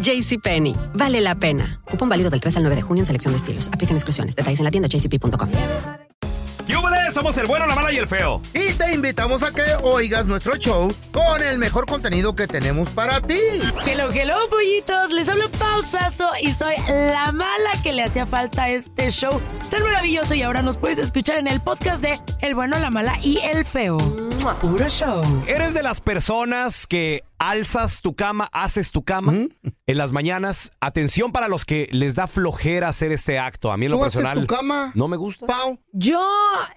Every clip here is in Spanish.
JCPenney, vale la pena. Cupón válido del 3 al 9 de junio en selección de estilos. Aplican exclusiones. Detalles en la tienda jcp.com. ¡Yúbales! Somos el bueno, la mala y el feo. Y te invitamos a que oigas nuestro show con el mejor contenido que tenemos para ti. Hello, hello, pollitos. Les hablo pausazo y soy la mala que le hacía falta a este show tan maravilloso. Y ahora nos puedes escuchar en el podcast de El bueno, la mala y el feo. ¡Mua! Puro show. ¿Eres de las personas que alzas tu cama, haces tu cama en las mañanas? Atención para los que les da flojera hacer este acto. A mí en lo ¿Tú haces personal tu cama? no me gusta. Pau. Yo,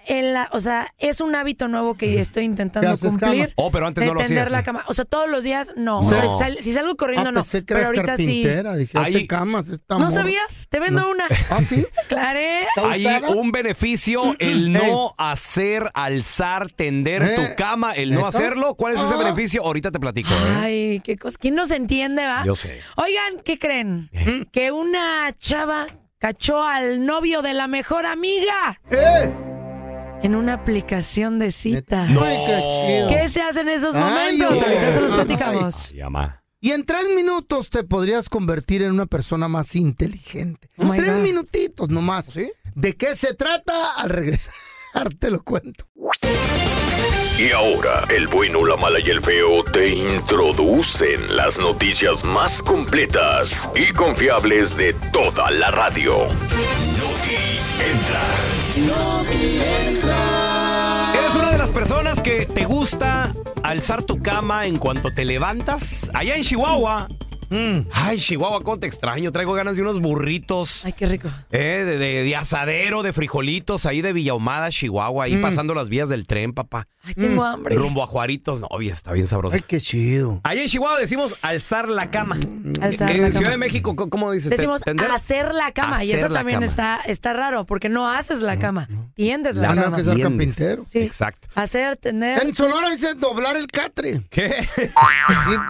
en la, o sea, es un hábito nuevo que estoy intentando haces, cumplir. cama? Oh, pero antes no lo de tender hacías. la cama. O sea, todos los días no. No. O sea, sal- si salgo corriendo, ah, no. pensé que Pero eras ahorita sí. carpintera. Dije, Ahí- hace camas esta ¿No morra. sabías? Te vendo No. una. ¿Ah, sí? Claro. ¿eh? ¿Está Hay usada? un beneficio el Ey. no hacer, alzar, tender Eh, tu cama, el no ¿neta? hacerlo. ¿Cuál es ese Ah. beneficio? Ahorita te platico. ¿eh? Ay, qué cosa. ¿Quién nos entiende, Ah. va? Yo sé. Oigan, ¿qué creen? Mm. Que una chava cachó al novio de la mejor amiga ¡Eh! en una aplicación de citas. Ay, qué chido. ¿Qué se hace en esos Ay, momentos? hombre. Ahorita se los Ay. platicamos. Llama. Y en tres minutos te podrías convertir en una persona más inteligente. Oh, my tres God. minutitos nomás. ¿De qué se trata? Al regresar te lo cuento. Y ahora, el bueno, la mala y el feo te introducen las noticias más completas y confiables de toda la radio. entra. ¿Eres una de las personas que te gusta alzar tu cama en cuanto te levantas? Allá en Chihuahua. Mm. Ay, Chihuahua, ¿cómo te extraño? Traigo ganas de unos burritos. Ay, qué rico. eh, de, de- de asadero, de frijolitos, ahí de Villahumada, Chihuahua, ahí pasando las vías del tren, papá. Mm. Ay, Mm. tengo hambre. Rumbo a Juaritos, no, bien, está bien sabroso. Ay, qué chido. Ahí en Chihuahua decimos alzar la cama. Eh, Alzar en la Ciudad cama. de México, ¿cómo- ¿cómo dices? Decimos ¿Tender? hacer la cama. y Hacer eso la también cama. está, está raro, porque no haces la cama. Tiendes la, La cama. que sea Tiendes. carpintero. Sí. Exacto. Hacer, tener. En Sonora dice doblar el catre. ¿Qué? Sí,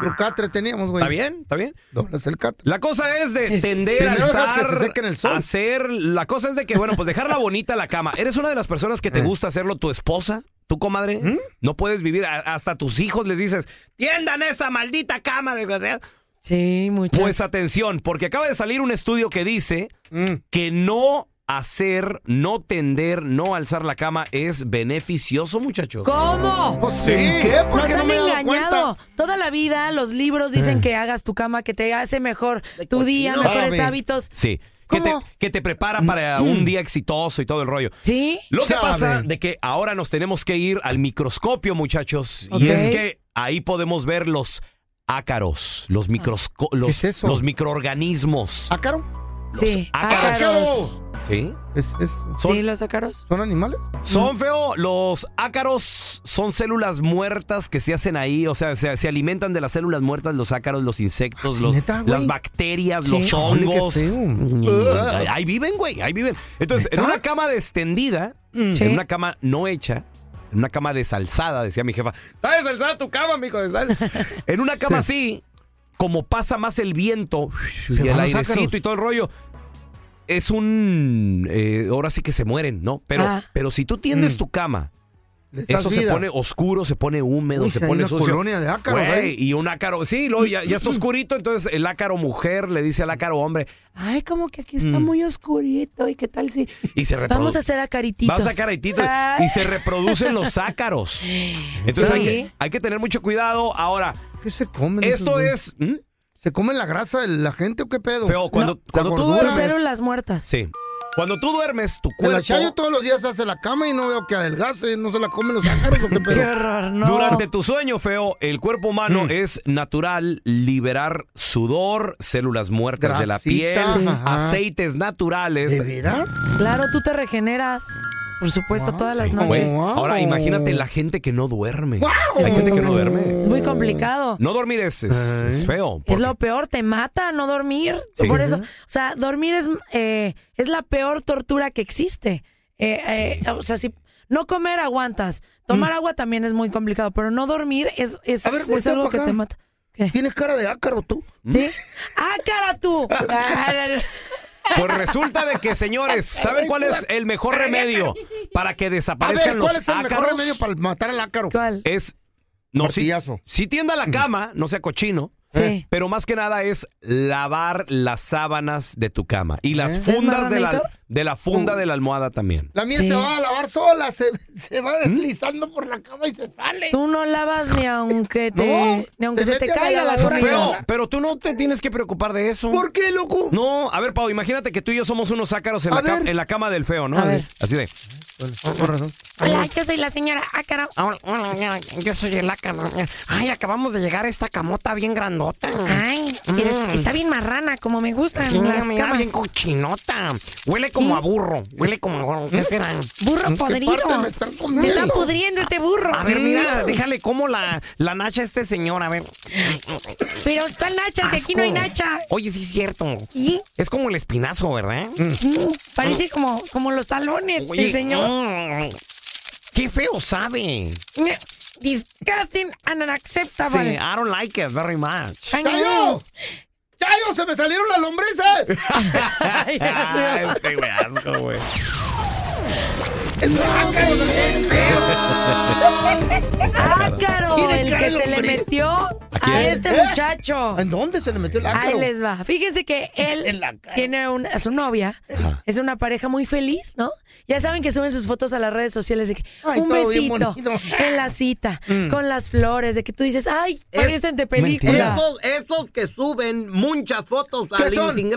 pero catre teníamos, güey. ¿Está bien? ¿Está bien? Doblas el catre. La cosa es de Es- tender a Primero dejas alzar, que se seque en el sol. hacer, la cosa es de que, bueno, pues dejarla bonita la cama. ¿Eres una de las personas que te Eh. gusta hacerlo tu esposa? ¿Tu comadre? ¿Mm? No puedes vivir, a- hasta tus hijos les dices, tiendan esa maldita cama, desgraciada. Sí, muchas. Pues atención, porque acaba de salir un estudio que dice Mm. que no hacer, no tender, no alzar la cama es beneficioso, muchachos. ¿Cómo? Pues sí. ¿Qué? ¿Por Nos qué no han me he dado engañado. Toda la vida los libros dicen Eh. que hagas tu cama, que te hace mejor tu día, cochino. mejores Árabe. hábitos. Sí. Que te, ¿Cómo? Mm. que te prepara para un día exitoso y todo el rollo. ¿Sí? Lo que Sabe. pasa de que ahora nos tenemos que ir al microscopio, muchachos, Ok. y es que ahí podemos ver los ácaros, los microsco- Ah. los, es eso? los microorganismos. ¿A caro? Sí. ácaros. Ácaros. ¿Sí? ¿Es, eso? Son- Sí, los ácaros. ¿Son animales? Mm. Son feo, los ácaros son células muertas que se hacen ahí, o sea, se, se alimentan de las células muertas, los ácaros, los insectos, los- Ah, ¿Neta, güey? las bacterias, Sí. los Chale, qué hongos. feo. Ahí- Ahí viven, güey, ahí viven. Entonces, en ¿Neta? Mm. una cama destendida, Sí. en una cama no hecha, en una cama desalzada, decía mi jefa, está desalzada tu cama, mijo, desal-". En una cama así, como pasa más el viento Se y van el los airecito ácaros. y todo el rollo, es un... eh, ahora sí que se mueren, ¿no? Pero, Ah. pero si tú tiendes tu cama Les das Eso se Mm. vida. pone oscuro, se pone húmedo, Uy, se si hay pone una sucio. colonia de ácaro, Güey, güey. y un ácaro, sí, luego ya, ya está oscurito, entonces el ácaro mujer le dice al ácaro hombre, ay, como que aquí Mm. está muy oscurito, ¿y qué tal si...? Y se reproduce. Vamos a hacer a carititos. Vas a sacar aititos. Ay. Y se reproducen los ácaros. Entonces hay, Sí. que, hay que tener mucho cuidado. Ahora, ¿Qué se comen? esos esto güeyes? es... ¿Mm? ¿Se comen la grasa de la gente o qué pedo? Feo, cuando- La cuando tú gordura. Tus células muertas. Sí. Cuando tú duermes, tu El cuerpo... achayo todos los días hace la cama y no veo que adelgace, no se la comen los ácaros o qué Qué pedo. horror, no. Durante tu sueño, feo, el cuerpo humano Mm. es natural liberar sudor, células muertas de la piel, Grasita, Sí. ajá. aceites naturales. ¿De verdad? Claro, tú te regeneras. Por supuesto, Wow, todas las Ah, sí. noches. Güey, Wow. Ahora imagínate la gente que no duerme. Hay gente que no duerme. Es muy complicado. No dormir es, es- es feo. Es porque- lo peor, te mata no dormir. Sí. Por eso, o sea, dormir es, eh, es la peor tortura que existe. Eh, eh, o sea, si no comer aguantas. Tomar agua también es muy complicado, pero no dormir es, es, Mm. A ver, es voltea algo pa' que acá. Mm. te mata. ¿Qué? Tienes cara de ácaro tú. ¿Sí? ¡Ah, cara tú! Pues resulta de que, señores, ¿saben cuál es el mejor remedio para que A ver, desaparezcan ¿cuál los es el mejor ácaros? remedio para matar al ácaro? ¿Cuál? Es no, si, Martillazo. si tienda la cama, no sea cochino. Sí. Pero más que nada es lavar las sábanas de tu cama y las fundas de la, ¿Desmarranito? de la funda de la almohada también. La mía Sí. se va a lavar sola, se, se va deslizando por la cama y se sale. Tú no lavas ni aunque te, No, ni aunque se se, te mete a la caiga la lavadora y comida. Pero, pero tú no te tienes que preocupar de eso. ¿Por qué, loco? No, a ver, Pau, imagínate que tú y yo somos unos ácaros en, A la, ca- ver. en la cama del feo, ¿no? A ver. Así de. Hola, yo soy la señora Ah, Ácaro. Hola, hola, ya, yo soy el Ácaro. Ay, acabamos de llegar a esta camota bien grandota. Ay, eres- Mm. está bien marrana, como me gustan Sí, mira, las mira, camas. bien cochinota. Huele como Sí. Mm. a burro. Huele como a burro. ¿Qué será? Burro podrido. parte me estás comiendo? Te está pudriendo este burro. A ver, mira, Mm. déjale como la, la nacha a este señor. A ver. Pero están nachas y aquí no hay Asco. nacha. Oye, sí es cierto. Y Es como el espinazo, ¿verdad? mm, parece como, como los talones Oye, el este señor. mm, Qué feo sabe. Mm, Disgusting and unacceptable. Sí, ah, I don't like it very much. Ay, ¡Chayo! ¡Chayo! ¡Se me salieron las lombrices! ay, ay, Ah, este güey, asco, güey. ¡Esos ácaros así, Ácaro, Tiene Ah, el cara que el se le hombre. metió a quién? este ¿Eh? muchacho. ¿En dónde se le metió el ácaro? Ahí les va. Fíjense que En él la cara. tiene un- a su novia, es una pareja muy feliz, ¿no? Ya saben que suben sus fotos a las redes sociales de que Ay, un todo bien besito bonito. Mm. en la cita, con las flores, de que tú dices, ay, parecen de película. esos que suben muchas fotos al ¿Qué son?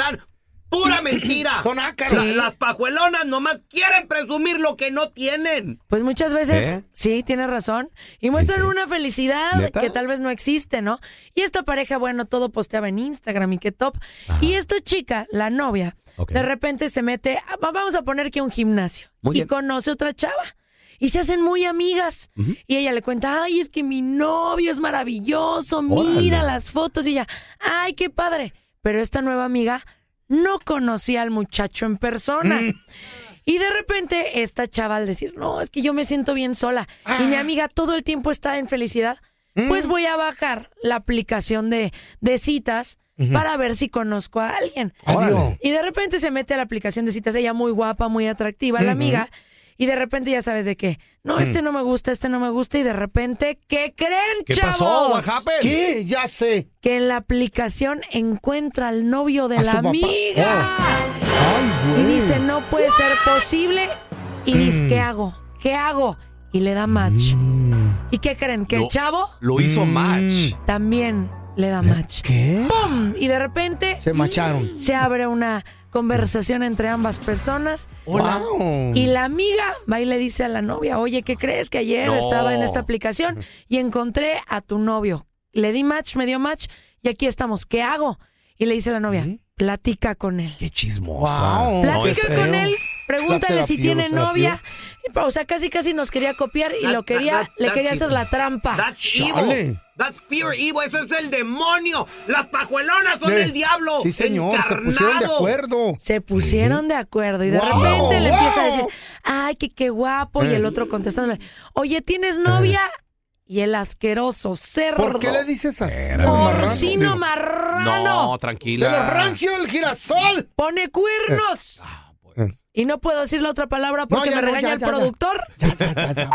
pura mentira. Son ácaros. La- las pajuelonas nomás quieren presumir lo que no tienen. Pues muchas veces, ¿Eh? sí, tienes razón. Y muestran una felicidad ¿Neta? que tal vez no existe, ¿no? Y esta pareja, bueno, todo posteaba en Instagram y qué top. Y esta chica, la novia, Ok. de repente se mete, a- va- vamos a poner que a un gimnasio. Muy y bien. conoce otra chava. Y se hacen muy amigas. Y ella le cuenta, ay, es que mi novio es maravilloso, mira Órale. las fotos. Y ella, ay, qué padre. Pero esta nueva amiga no conocía al muchacho en persona. Mm. Y de repente esta chava al decir, no, es que yo me siento bien sola y Ah. mi amiga todo el tiempo está en felicidad, Mm. pues voy a bajar la aplicación de, de citas para ver si conozco a alguien. Adiós. Y de repente se mete a la aplicación de citas, ella muy guapa, muy atractiva, la amiga. Y de repente ya sabes de qué. No, este Mm. no me gusta, este no me gusta. Y de repente, ¿qué creen, ¿Qué chavos? pasó? Oh, What happened? ¿Qué? Ya sé. Que en la aplicación encuentra al novio de ¿A la su papá? Oh. amiga. Ay, Y güey. dice, no puede ser posible. Y Mm. dice, ¿qué hago? ¿Qué hago? Y le da match. ¿Y qué creen? Que No. el chavo Lo hizo match. también le da match. Mm. ¿Eh? ¿Qué? ¡Pum! Y de repente Se macharon. se abre una conversación entre ambas personas. Wow. Y la amiga va y le dice a la novia, oye, ¿qué crees que ayer No. estaba en esta aplicación y encontré a tu novio? Le di match, me dio match y aquí estamos. ¿Qué hago? Y le dice la novia, Mm. platica con él. Qué chismosa. Wow. No, es Platica feo. con él, pregúntale La si serapió, tiene la serapió. novia. O sea, casi casi nos quería copiar y lo quería, that- le that- quería hacer la trampa. Chale. That's pure evil. Eso es el demonio. Las pajuelonas Eh, Sí, señor. Se pusieron de acuerdo. Se pusieron de acuerdo y de Wow, repente le wow. empieza a decir, ay, que qué guapo. Y Eh. el otro contestándole, oye, ¿tienes novia? Y el asqueroso cerdo. ¿Por qué le dices así? Porcino Digo, marrano. No, ¡De los tranquila. rancho el girasol! Pone cuernos. Eh. Y no puedo decir la otra palabra porque ya Eh. me Ah, no, regaña ya, el ya, ya. productor. Ya, ya, ya, ya.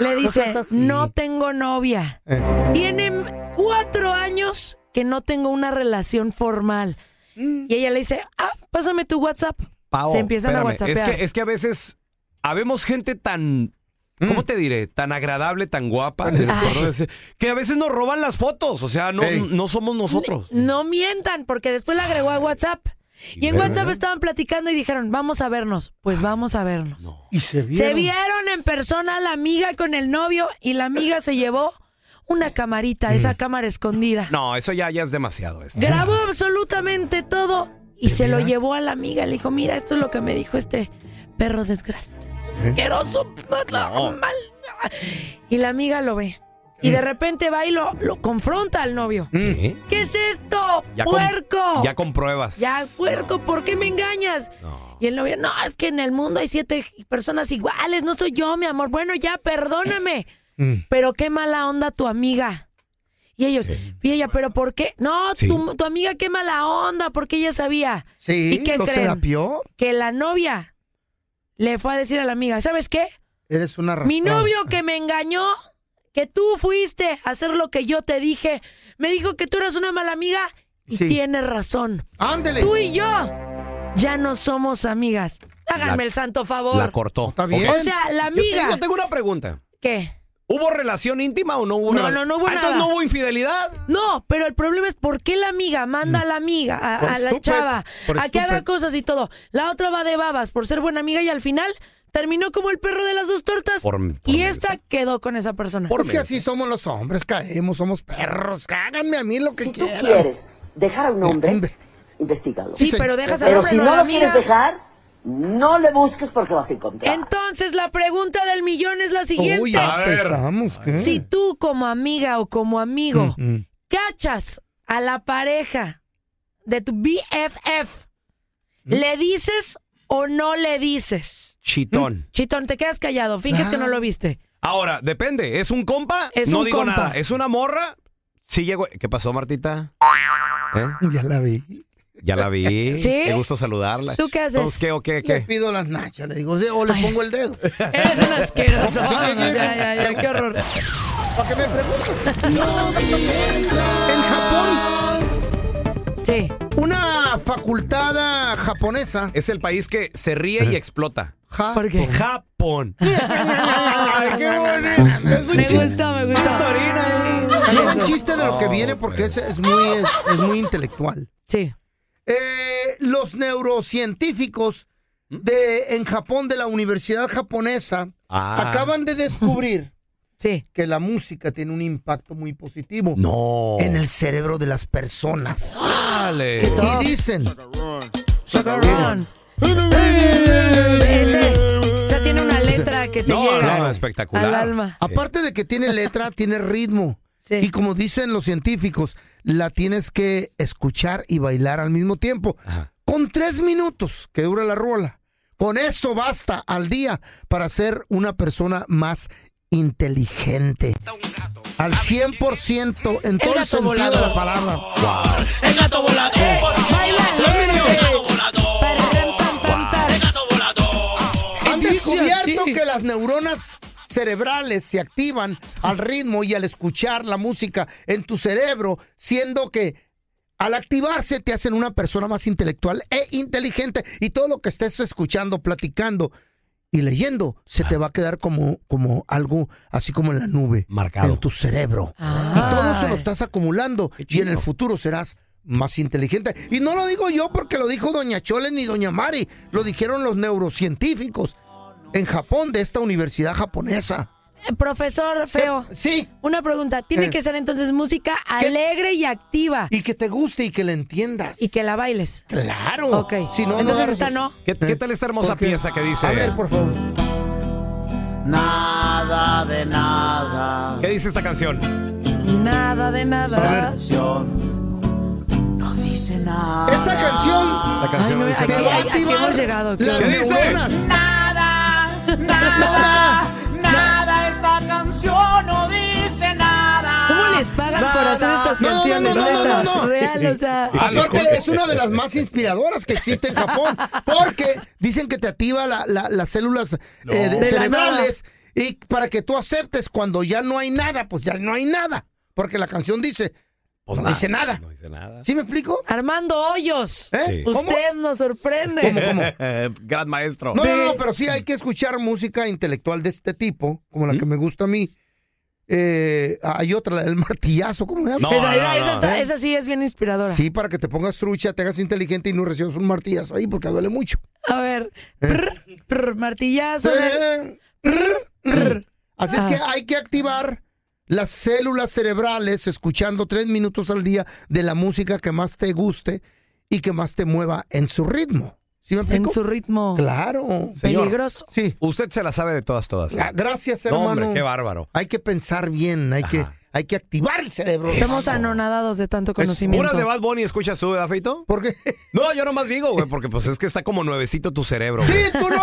Le dice, seas así. no tengo novia. Eh. Tienen cuatro años que no tengo una relación formal. Y ella le dice, ah, pásame tu WhatsApp. Pao, Se empiezan a espérame, whatsappear. Es que, es que a veces habemos gente tan. ¿Cómo te diré? Tan agradable, tan guapa, por no decir- que a veces nos roban las fotos, o sea, no, Ey. no somos nosotros. No mientan, porque después la agregó a WhatsApp. Y en WhatsApp estaban platicando y dijeron, vamos a vernos. Ah, Pues vamos a vernos. Y se vieron. Se vieron en persona la amiga con el novio y la amiga se llevó una Mm. camarita, esa cámara escondida. No, eso ya, ya es demasiado. esto. Grabó absolutamente todo y se lo llevó a la amiga. Le dijo, mira, esto es lo que me dijo este perro desgraciado. Asqueroso, mal. Y la amiga lo ve. Y de repente va y lo, lo confronta al novio. ¿Qué? ¿Qué es esto? Mm. Ya con- ¡Puerco! Ya con pruebas. Ya, puerco, ¿por qué me engañas? No. Y el novio, no, es que en el mundo hay siete personas iguales, no soy yo, mi amor. Bueno, ya, perdóname. Mm. pero qué mala onda tu amiga. Y ellos, y ella, ¿pero por qué? No, Sí. tu, tu amiga qué mala onda, porque ella sabía Sí, ¿Y qué ¿lo creen? terapió? que la novia le fue a decir a la amiga, ¿sabes qué? Eres una Mi arrastrada. novio que me engañó, que tú fuiste a hacer lo que yo te dije, me dijo que tú eras una mala amiga y Sí. tienes razón. Ándele. Tú y yo ya no somos amigas. Háganme el santo La favor. cortó. Está bien. Ok. O sea, la Yo te- amiga. Yo, tengo una pregunta. ¿Qué? ¿Hubo relación íntima o no hubo No, rela- no, no hubo Ah, Entonces nada. no hubo infidelidad. No, pero el problema es por qué la amiga manda a la amiga, a, Por a la estúpida, chava, por a que haga estúpida. cosas y todo. La otra va de babas por ser buena amiga y al final terminó como el perro de las dos tortas. Por- por y mensa. esta quedó con esa persona. Es que así somos los hombres, caemos, somos perros. Pues Cáganme a mí lo que Si tú quieran. quieres dejar a un hombre, Hombre. investigalo. sí, sí, pero dejas al Pero hombre, si no a no la lo amiga. quieres dejar, no le busques porque vas a encontrar. Entonces la pregunta del millón es la siguiente. Uy, ya A ver. empezamos, ¿qué? Si tú como amiga o como Mm. amigo cachas a la pareja de tu BFF, ¿le dices o no le dices? Chitón. Chitón, te quedas callado, finges que no lo viste. Ahora, depende. ¿Es un compa? Es no un digo compa. nada. ¿Es una morra? Sí llegó. ¿Qué pasó, Martita? ¿Eh? Ya la vi. Ya la vi. ¿Sí? Qué gusto saludarla. ¿Tú qué haces? Entonces, ¿qué o qué? Le ¿Qué? pido las nachas, le digo, o le Ay, pongo es- el dedo. Eres un asqueroso. Ay, ya, ya, ya, qué horror. ¿Para qué me preguntas? en Japón, Sí. una facultada japonesa. Es el país que se ríe y explota. Ja- ¿Por qué? Japón. Ay, qué bonito. Es un Me chis- gusta, me gusta. chistorina ahí. Es un chiste de lo que viene porque es, es muy, es, es muy intelectual. Sí. Eh, los neurocientíficos ¿Mm? de, en Japón de la Universidad Japonesa Ah. acaban de descubrir Sí. que la música tiene un impacto muy positivo No. en el cerebro de las personas. Dale. Y dicen, Chacarrón. Ese. O sea, tiene una letra que te No, llega no, espectacular. al alma. aparte de que tiene letra, tiene ritmo. Sí. Y como dicen los científicos, la tienes que escuchar y bailar al mismo tiempo. Ajá. Con tres minutos que dura la rola. Con eso basta al día para ser una persona más inteligente. Al 100% en todo el, gato sentido de la volador. palabra. Parrán, pam, pam, pam. Han Dice descubierto así. que las neuronas cerebrales se activan al ritmo y al escuchar la música en tu cerebro, siendo que al activarse te hacen una persona más intelectual e inteligente y todo lo que estés escuchando, platicando y leyendo se te va a quedar como, como algo así como en la nube, Marcado. en tu cerebro. Ah. Y todo eso lo estás acumulando y en el futuro serás más inteligente. Y no lo digo yo porque lo dijo Doña Chole ni Doña Mari, lo dijeron los neurocientíficos en Japón de esta universidad japonesa. Eh, Profesor Feo, Eh, Sí, una pregunta. Tiene Eh. que ser entonces música alegre y activa y que te guste y que le entiendas. y que la bailes. Claro. Ok. Oh. Si no, entonces no esta no. ¿Qué, qué tal esta hermosa ¿Por qué? pieza que dice? A ver, por favor. ¿Qué dice esta canción? Nada de nada. Esa canción La canción Ah. no, dice aquí- te nada. va a aquí hemos activar llegado, las claro. ¿Qué dice? neuronas. ¿Cómo les pagan por hacer esta estas No, no, no, canciones, no, no, neta. no, no. Real, o sea. Ah, Aparte disculpe. es una de las más inspiradoras que existe en Japón, porque dicen que te activa la- la- las células eh, de- De la cerebrales y para que tú aceptes cuando ya no hay nada, pues ya no hay nada, porque la canción dice, Pues no nada, dice nada. No dice nada. ¿Sí me explico? Armando Hoyos. ¿Eh? Sí. ¿Cómo? Usted nos sorprende. ¿Cómo, cómo? Gran maestro. No, no, no, pero sí hay que escuchar música intelectual de este tipo, como ¿Mm? la que me gusta a mí. Eh, hay otra, la del martillazo, ¿cómo se llama? No, esa, no, esa- no, esa no. está- esa sí es bien inspiradora. Sí, para que te pongas trucha, te hagas inteligente y no recibas un martillazo ahí porque duele mucho. A ver. prr, prr, martillazo. Eh, Mm. Así es que Ah. hay que activar las células cerebrales escuchando tres minutos al día de la música que más te guste y que más te mueva en su ritmo. ¿Sí me en explico? su ritmo. Claro. Señor. Peligroso. Sí. Usted se la sabe de todas, todas. Ah, Gracias, No, hermano. hombre, qué bárbaro. Hay que pensar bien, hay que, hay que activar el cerebro. Estamos Eso. anonadados de tanto conocimiento. ¿Puras de Bad Bunny escuchas tú, ¿verdad, Feito? Porque No, yo nomás digo, güey, porque pues es que está como nuevecito tu cerebro. sí, güey. tú no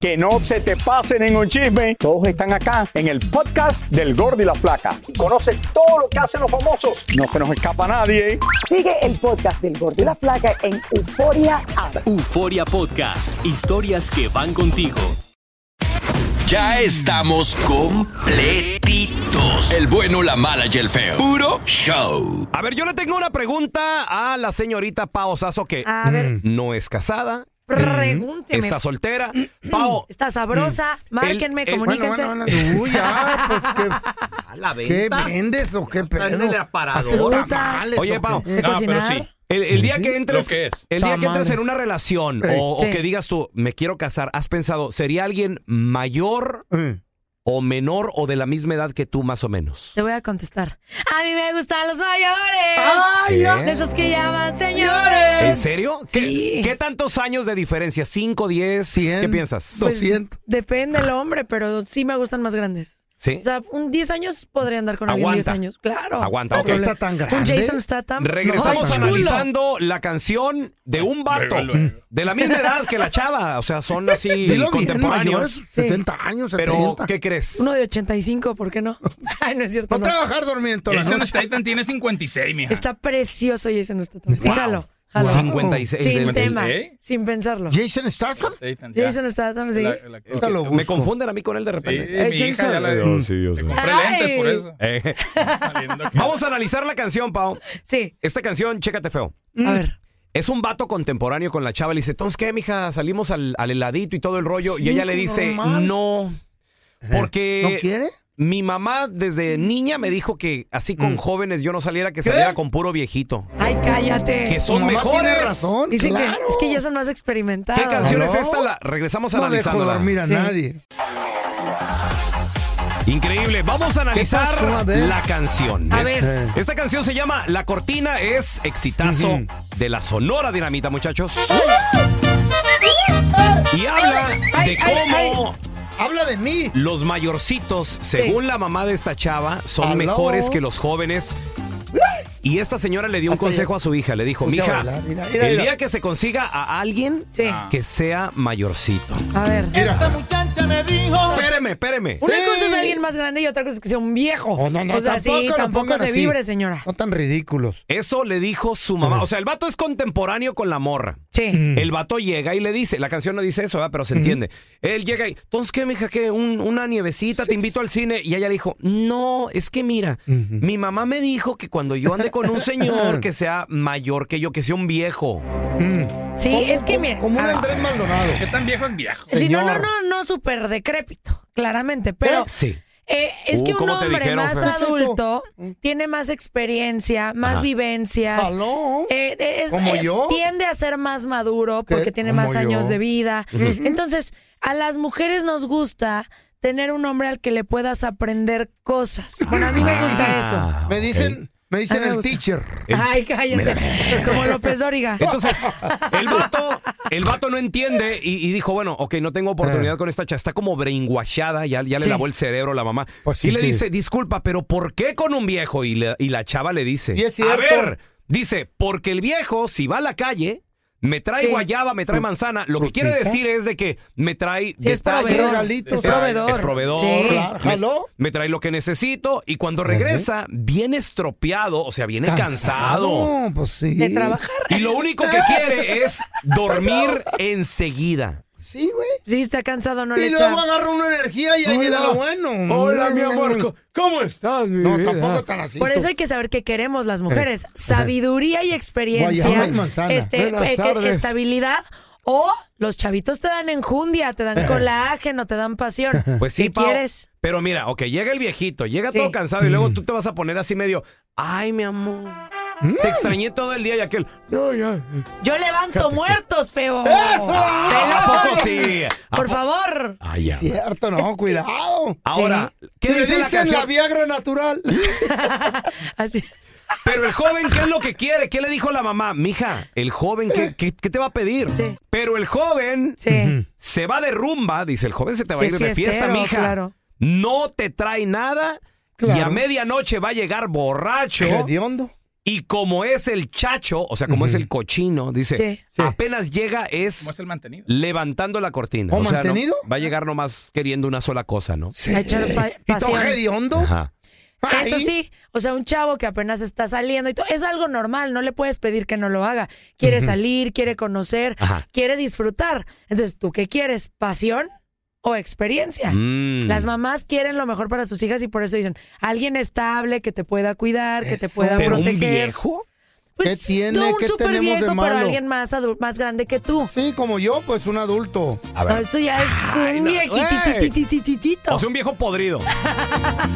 Que no se te pase ningún chisme. Todos están acá en el podcast del Gordi y la Flaca. Conoce todo lo que hacen los famosos. No se nos escapa nadie. Sigue el podcast del Gordo y la Flaca en Euforia App. Euforia Podcast, historias que van contigo. Ya estamos completitos. El bueno, la mala y el feo. Puro show. A ver, yo le tengo una pregunta a la señorita Pao Sasso, que Ah. A ver, no es casada, pregúnteme. está soltera. Pao, Está sabrosa. Márquenme, el- Mm. Bueno, comuníquense. bueno, bueno, tú ya, pues a la ¿qué, qué venta. vendes o qué pedo. Ándale, aparador. ¿Haces Frutas. tamales Oye, o Pao, qué? ¿Sé cocinar? Ah, El, el día que entres, Lo que es. el día que entres Tamale. en una relación Ey. o, o Sí. que digas tú, me quiero casar, has pensado, ¿sería alguien mayor Mm. o menor o de la misma edad que tú más o menos? Te voy a contestar. A mí me gustan los mayores. ¿Qué? De esos que llaman señores. Pues, ¿En serio? ¿Qué, Sí. qué tantos años de diferencia? ¿Cinco, diez? Cien. ¿Qué piensas? Pues- 200. Depende el hombre, pero sí me gustan más grandes. ¿Sí? O sea, un 10 años podría andar con alguien 10 Aguanta. años. Claro. Aguanta, sin ok. problema. No está tan Un grande. Jason Statham. Regresamos Ay, chulo. analizando la canción de un vato de la misma edad que la chava. O sea, son así Dilo bien, contemporáneos. mayores, 60 años, 70. Pero, ¿qué crees? Uno de 85, ¿por qué no? Ay, no es cierto. No no. trabajar dormir en toda la noche. Statham tiene 56, mija. Está precioso Jason Statham. Sí, Wow. jalo. jalo. 56 Sin del- tema, ¿Eh? sin pensarlo. Jason Statham. Jason Statham, sí. Ahorita lo Me busco. confunden a mí con él de repente. Sí, Eh, mi ¿quién hija sabe? ya la- Oh, sí, yo sé. Ay. Eh. Vamos a analizar la canción, Pau. Sí, Esta canción, chécate feo. a Mm. ver. Es un vato contemporáneo con la chava. Le dice, entonces, ¿qué, mija? Salimos al, al heladito y todo el rollo. y ella le dice, normal. no, porque... ¿No quiere? Mi mamá desde niña me dijo que así con Mm. jóvenes yo no saliera, que saliera con puro viejito. Ay, cállate. Que son Mamá tiene mejores. razón. Dicen claro. que es que ya son más experimentados. ¿Qué canción es ¿Aló? esta? La, regresamos No dejo analizándola. dormir a Sí. nadie. Increíble. Vamos a analizar pasó? A ver. la canción. A Es- ver. Esta canción se llama La Cortina es exitazo de la Sonora Dinamita, muchachos. Y habla Ay, de ay, cómo Habla de mí. Los mayorcitos, según la mamá de esta chava, son Aló. mejores que los jóvenes. Y esta señora le dio un Hasta consejo yo- a su hija. Le dijo, Puse a mija, bailar, mira, mira, el mira". día que se consiga a alguien Ah. que sea mayorcito. A ver. Esta muchacha me dijo... Espéreme, espéreme. Una cosa es alguien más grande y otra cosa es que sea un viejo. Oh, Oh, no, o sea, tampoco sí, lo tampoco pongan se así. vibre, señora. No tan ridículos. Eso le dijo su mamá. O sea, el vato es contemporáneo con la morra. Sí. Mm. El vato llega y le dice, la canción no dice eso, ¿verdad? pero se entiende. Él llega y, entonces, ¿qué, mija? ¿Qué? Un- ¿Una nievecita? Te invito al cine. Y ella le dijo, no, es que mira, mi mamá me dijo que cuando yo ande con un señor que sea mayor que yo, que sea un viejo. Sí, es que mira. Como un a- Andrés Maldonado. ¿Qué tan viejo es viejo? Sí, no, no, no, no, súper decrépito, claramente. Pero Sí. eh, es Uh, que un ¿cómo te hombre dijeron, más Fer? adulto tiene más experiencia, más Mm. Ajá. vivencias. Eh, eh, es- ¿Como es- yo? tiende a ser más maduro ¿Qué? porque tiene ¿Como más años yo? de vida. Ujú. Entonces, a las mujeres nos gusta tener un hombre al que le puedas aprender cosas. Bueno, a mí me gusta eso. Ah, Me dicen, me Eh. A dicen mí me Ah. el gusta. teacher. Ay, cállate. Como López Dóriga. Entonces, el vato, el vato no entiende y, y dijo, bueno, ok, no tengo Ah. oportunidad con esta chava. Está como brainwashada, ya, ya le Sí. lavó el cerebro la mamá. Pues sí, y le sí. dice, disculpa, pero ¿por qué con un viejo? Y, la- y la chava le dice, Y es a cierto. ver, dice, porque el viejo, si va a la calle... Me trae Sí. guayaba, me trae manzana. Lo que quiere Frutita. decir es de que me trae Sí, es detalles, proveedor. Regalitos. es Es proveedor. Es proveedor. Sí. Me- Jaló. Me trae lo que necesito y cuando regresa viene estropeado, o sea, viene cansado. No, pues sí. De trabajar. Y lo único que quiere es dormir enseguida. Sí, güey. Sí, está cansado, no le Y echa. luego agarra una energía y ahí viene lo bueno. Hola, mi amor. co- ¿Cómo estás, mi No, vida? tampoco tan así. Por tú. eso hay que saber qué queremos las mujeres. Sabiduría y experiencia. Guayaba y manzana. Este, Buenas eh, que- tardes. estabilidad. O los chavitos te dan enjundia, te dan colágeno, te dan pasión. Pues sí, ¿Qué Pao, quieres? Pero mira, ok, llega el viejito, llega Sí. todo cansado y luego tú te vas a poner así medio, ay, mi amor. Te extrañé todo el día y aquel, no, ya. Yo levanto muertos, feo. ¡Eso! ¡Pelón! ¿A poco sí? ¿A Por po- favor. Ay, ya. Cierto, no, cuidado. Ahora, ¿qué Le dice la dicen la, canción? Viagra natural. Así. Pero el joven, ¿qué es lo que quiere? ¿Qué le dijo la mamá? Mija, el joven, ¿qué, qué- qué te va a pedir? Pero el joven Sí. se va de rumba, dice el joven, se te va Sí, a es ir de fiesta, fiestero, mija. claro. No te trae nada y a Claro. medianoche va a llegar borracho. Hediondo. Y como es el chacho, o sea, como es el cochino, dice, Sí. apenas llega es, levantando la cortina. ¿Oh, ¿O sea, no- mantenido? va a llegar nomás queriendo una sola cosa, ¿no? A echar pa- ¿Y todo pasión. hediondo? Ajá. Eso Ay. sí, o sea, un chavo que apenas está saliendo y todo, es algo normal, no le puedes pedir que no lo haga. Quiere salir, quiere conocer, Ajá. quiere disfrutar. Entonces, ¿tú qué quieres? ¿Pasión o experiencia? Mm. Las mamás quieren lo mejor para sus hijas y por eso dicen, alguien estable que te pueda cuidar, que te Eso. pueda Pero un proteger. viejo. Pues, ¿Qué tiene? No un ¿Qué súper tenemos de viejo, pero malo? alguien más, adu- más grande que tú. Sí, como yo, pues un adulto. A No, ver. eso ya es Ay, un no, viejititititito. O sea, un viejo podrido.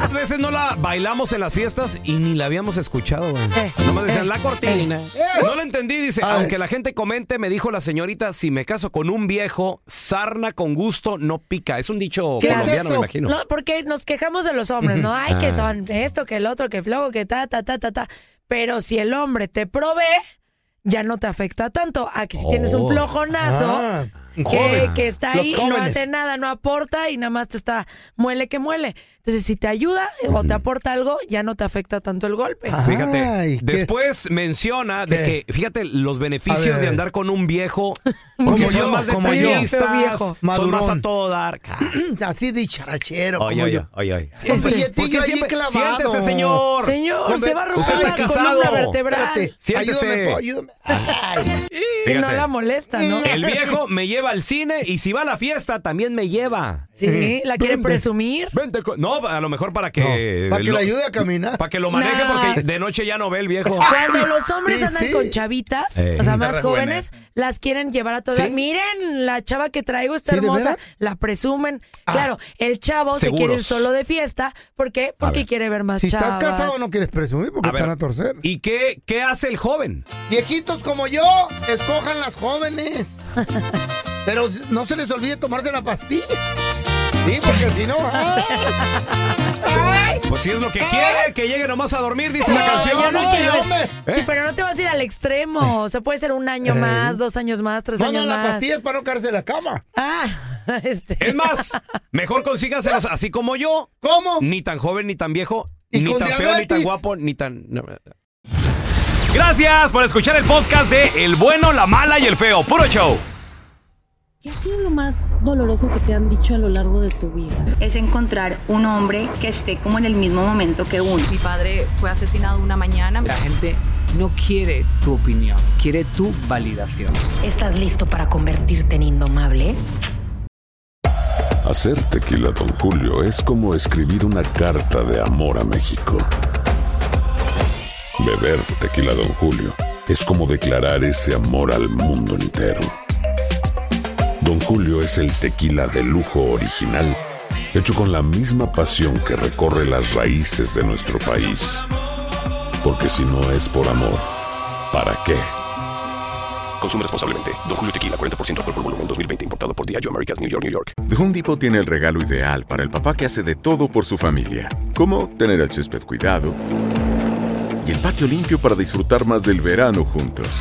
A veces no la bailamos en las fiestas y ni la habíamos escuchado. güey. Eh, Nomás decían eh, la cortina. No la entendí, dice. A ver. Aunque la gente comente, me dijo la señorita, si me caso con un viejo, sarna con gusto no pica. Es un dicho ¿Qué es colombiano, me eso? imagino. No, porque nos quejamos de los hombres, ¿no? Ay, que son esto, que el otro, que flojo, que ta, ta, ta, ta, ta. Pero si el hombre te provee, ya no te afecta tanto. A que si tienes un Oh. flojonazo Ah, un que, joven. que está Los ahí y no jóvenes. hace nada, no aporta y nada más te está muele que muele. Entonces, si te ayuda o te aporta algo, ya no te afecta tanto el golpe. Ah, Fíjate, Ay, qué- después menciona de ¿Qué? que, fíjate, los A ver, beneficios a de ver. andar con un viejo, Como porque son yo, más como yo. detallistas, Feo viejo. son más a Madurón. todo dar. Ca- Así de charachero, Oye, como oye, yo. oye, oye. Un ¿Por qué billetillo ahí siempre- clavado. Siéntese, señor. Señor, Hombre, se va a romper usted la está columna casado. vertebral. Espérate, Ah, Siéntese. ayúdame, po, ayúdame. Ay, Si no Fíjate. la molesta, ¿no? El viejo me lleva al cine y si va a la fiesta también me lleva. Sí, la quiere presumir. Vente con- No, a lo mejor para que. para que lo- le ayude a caminar. Para que lo maneje Nah. porque de noche ya no ve el viejo. Cuando los hombres Sí, andan sí. con chavitas, Eh. o sea, Está más re jóvenes, las quieren llevar a todas. ¿Sí? Miren, la chava que traigo está ¿Sí, de hermosa. veras? Ah. La presumen. Claro, el chavo se Seguros. quiere ir solo de fiesta. ¿Por qué? Porque ver. quiere ver más Si chavas. estás casado no quieres presumir porque A te ver, van a torcer. ¿Y qué, qué hace el joven? Viejitos como yo, escojan las jóvenes. Pero no se les olvide tomarse la pastilla. Sí, porque si no... ay, ay, Pues si es lo que quiere, que llegue nomás a dormir, dice la No, canción. yo no no, quiero. hombre. Eh. Sí, pero no te vas a ir al extremo. O sea, puede ser un año más, dos años más, tres No, años no, ah, la más. pastilla es para no caerse de la cama. Ah, Este- Es más, mejor consígaselos así como yo. ¿Cómo? Ni tan joven, ni tan viejo, Y ni con tan feo, ni tan diabetes. guapo, ni tan. no, no, no. Gracias por escuchar el podcast de El bueno, la mala y el feo. Puro show. ¿Qué ha sido lo más doloroso que te han dicho a lo largo de tu vida? es encontrar un hombre que esté como en el mismo momento que uno. Mi padre fue asesinado una mañana. La gente no quiere tu opinión, quiere tu validación. ¿Estás listo para convertirte en indomable? Hacer tequila Don Julio es como escribir una carta de amor a México. Beber tequila Don Julio es como declarar ese amor al mundo entero. Don Julio es el tequila de lujo original, hecho con la misma pasión que recorre las raíces de nuestro país. Porque si no es por amor, ¿para qué? Consume responsablemente. Don Julio Tequila, 40% alcohol por volumen, 2020. Importado por Diageo Americas, New York, New York. The Home Depot tiene el regalo ideal para el papá que hace de todo por su familia, como tener el césped cuidado y el patio limpio para disfrutar más del verano juntos.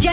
Ya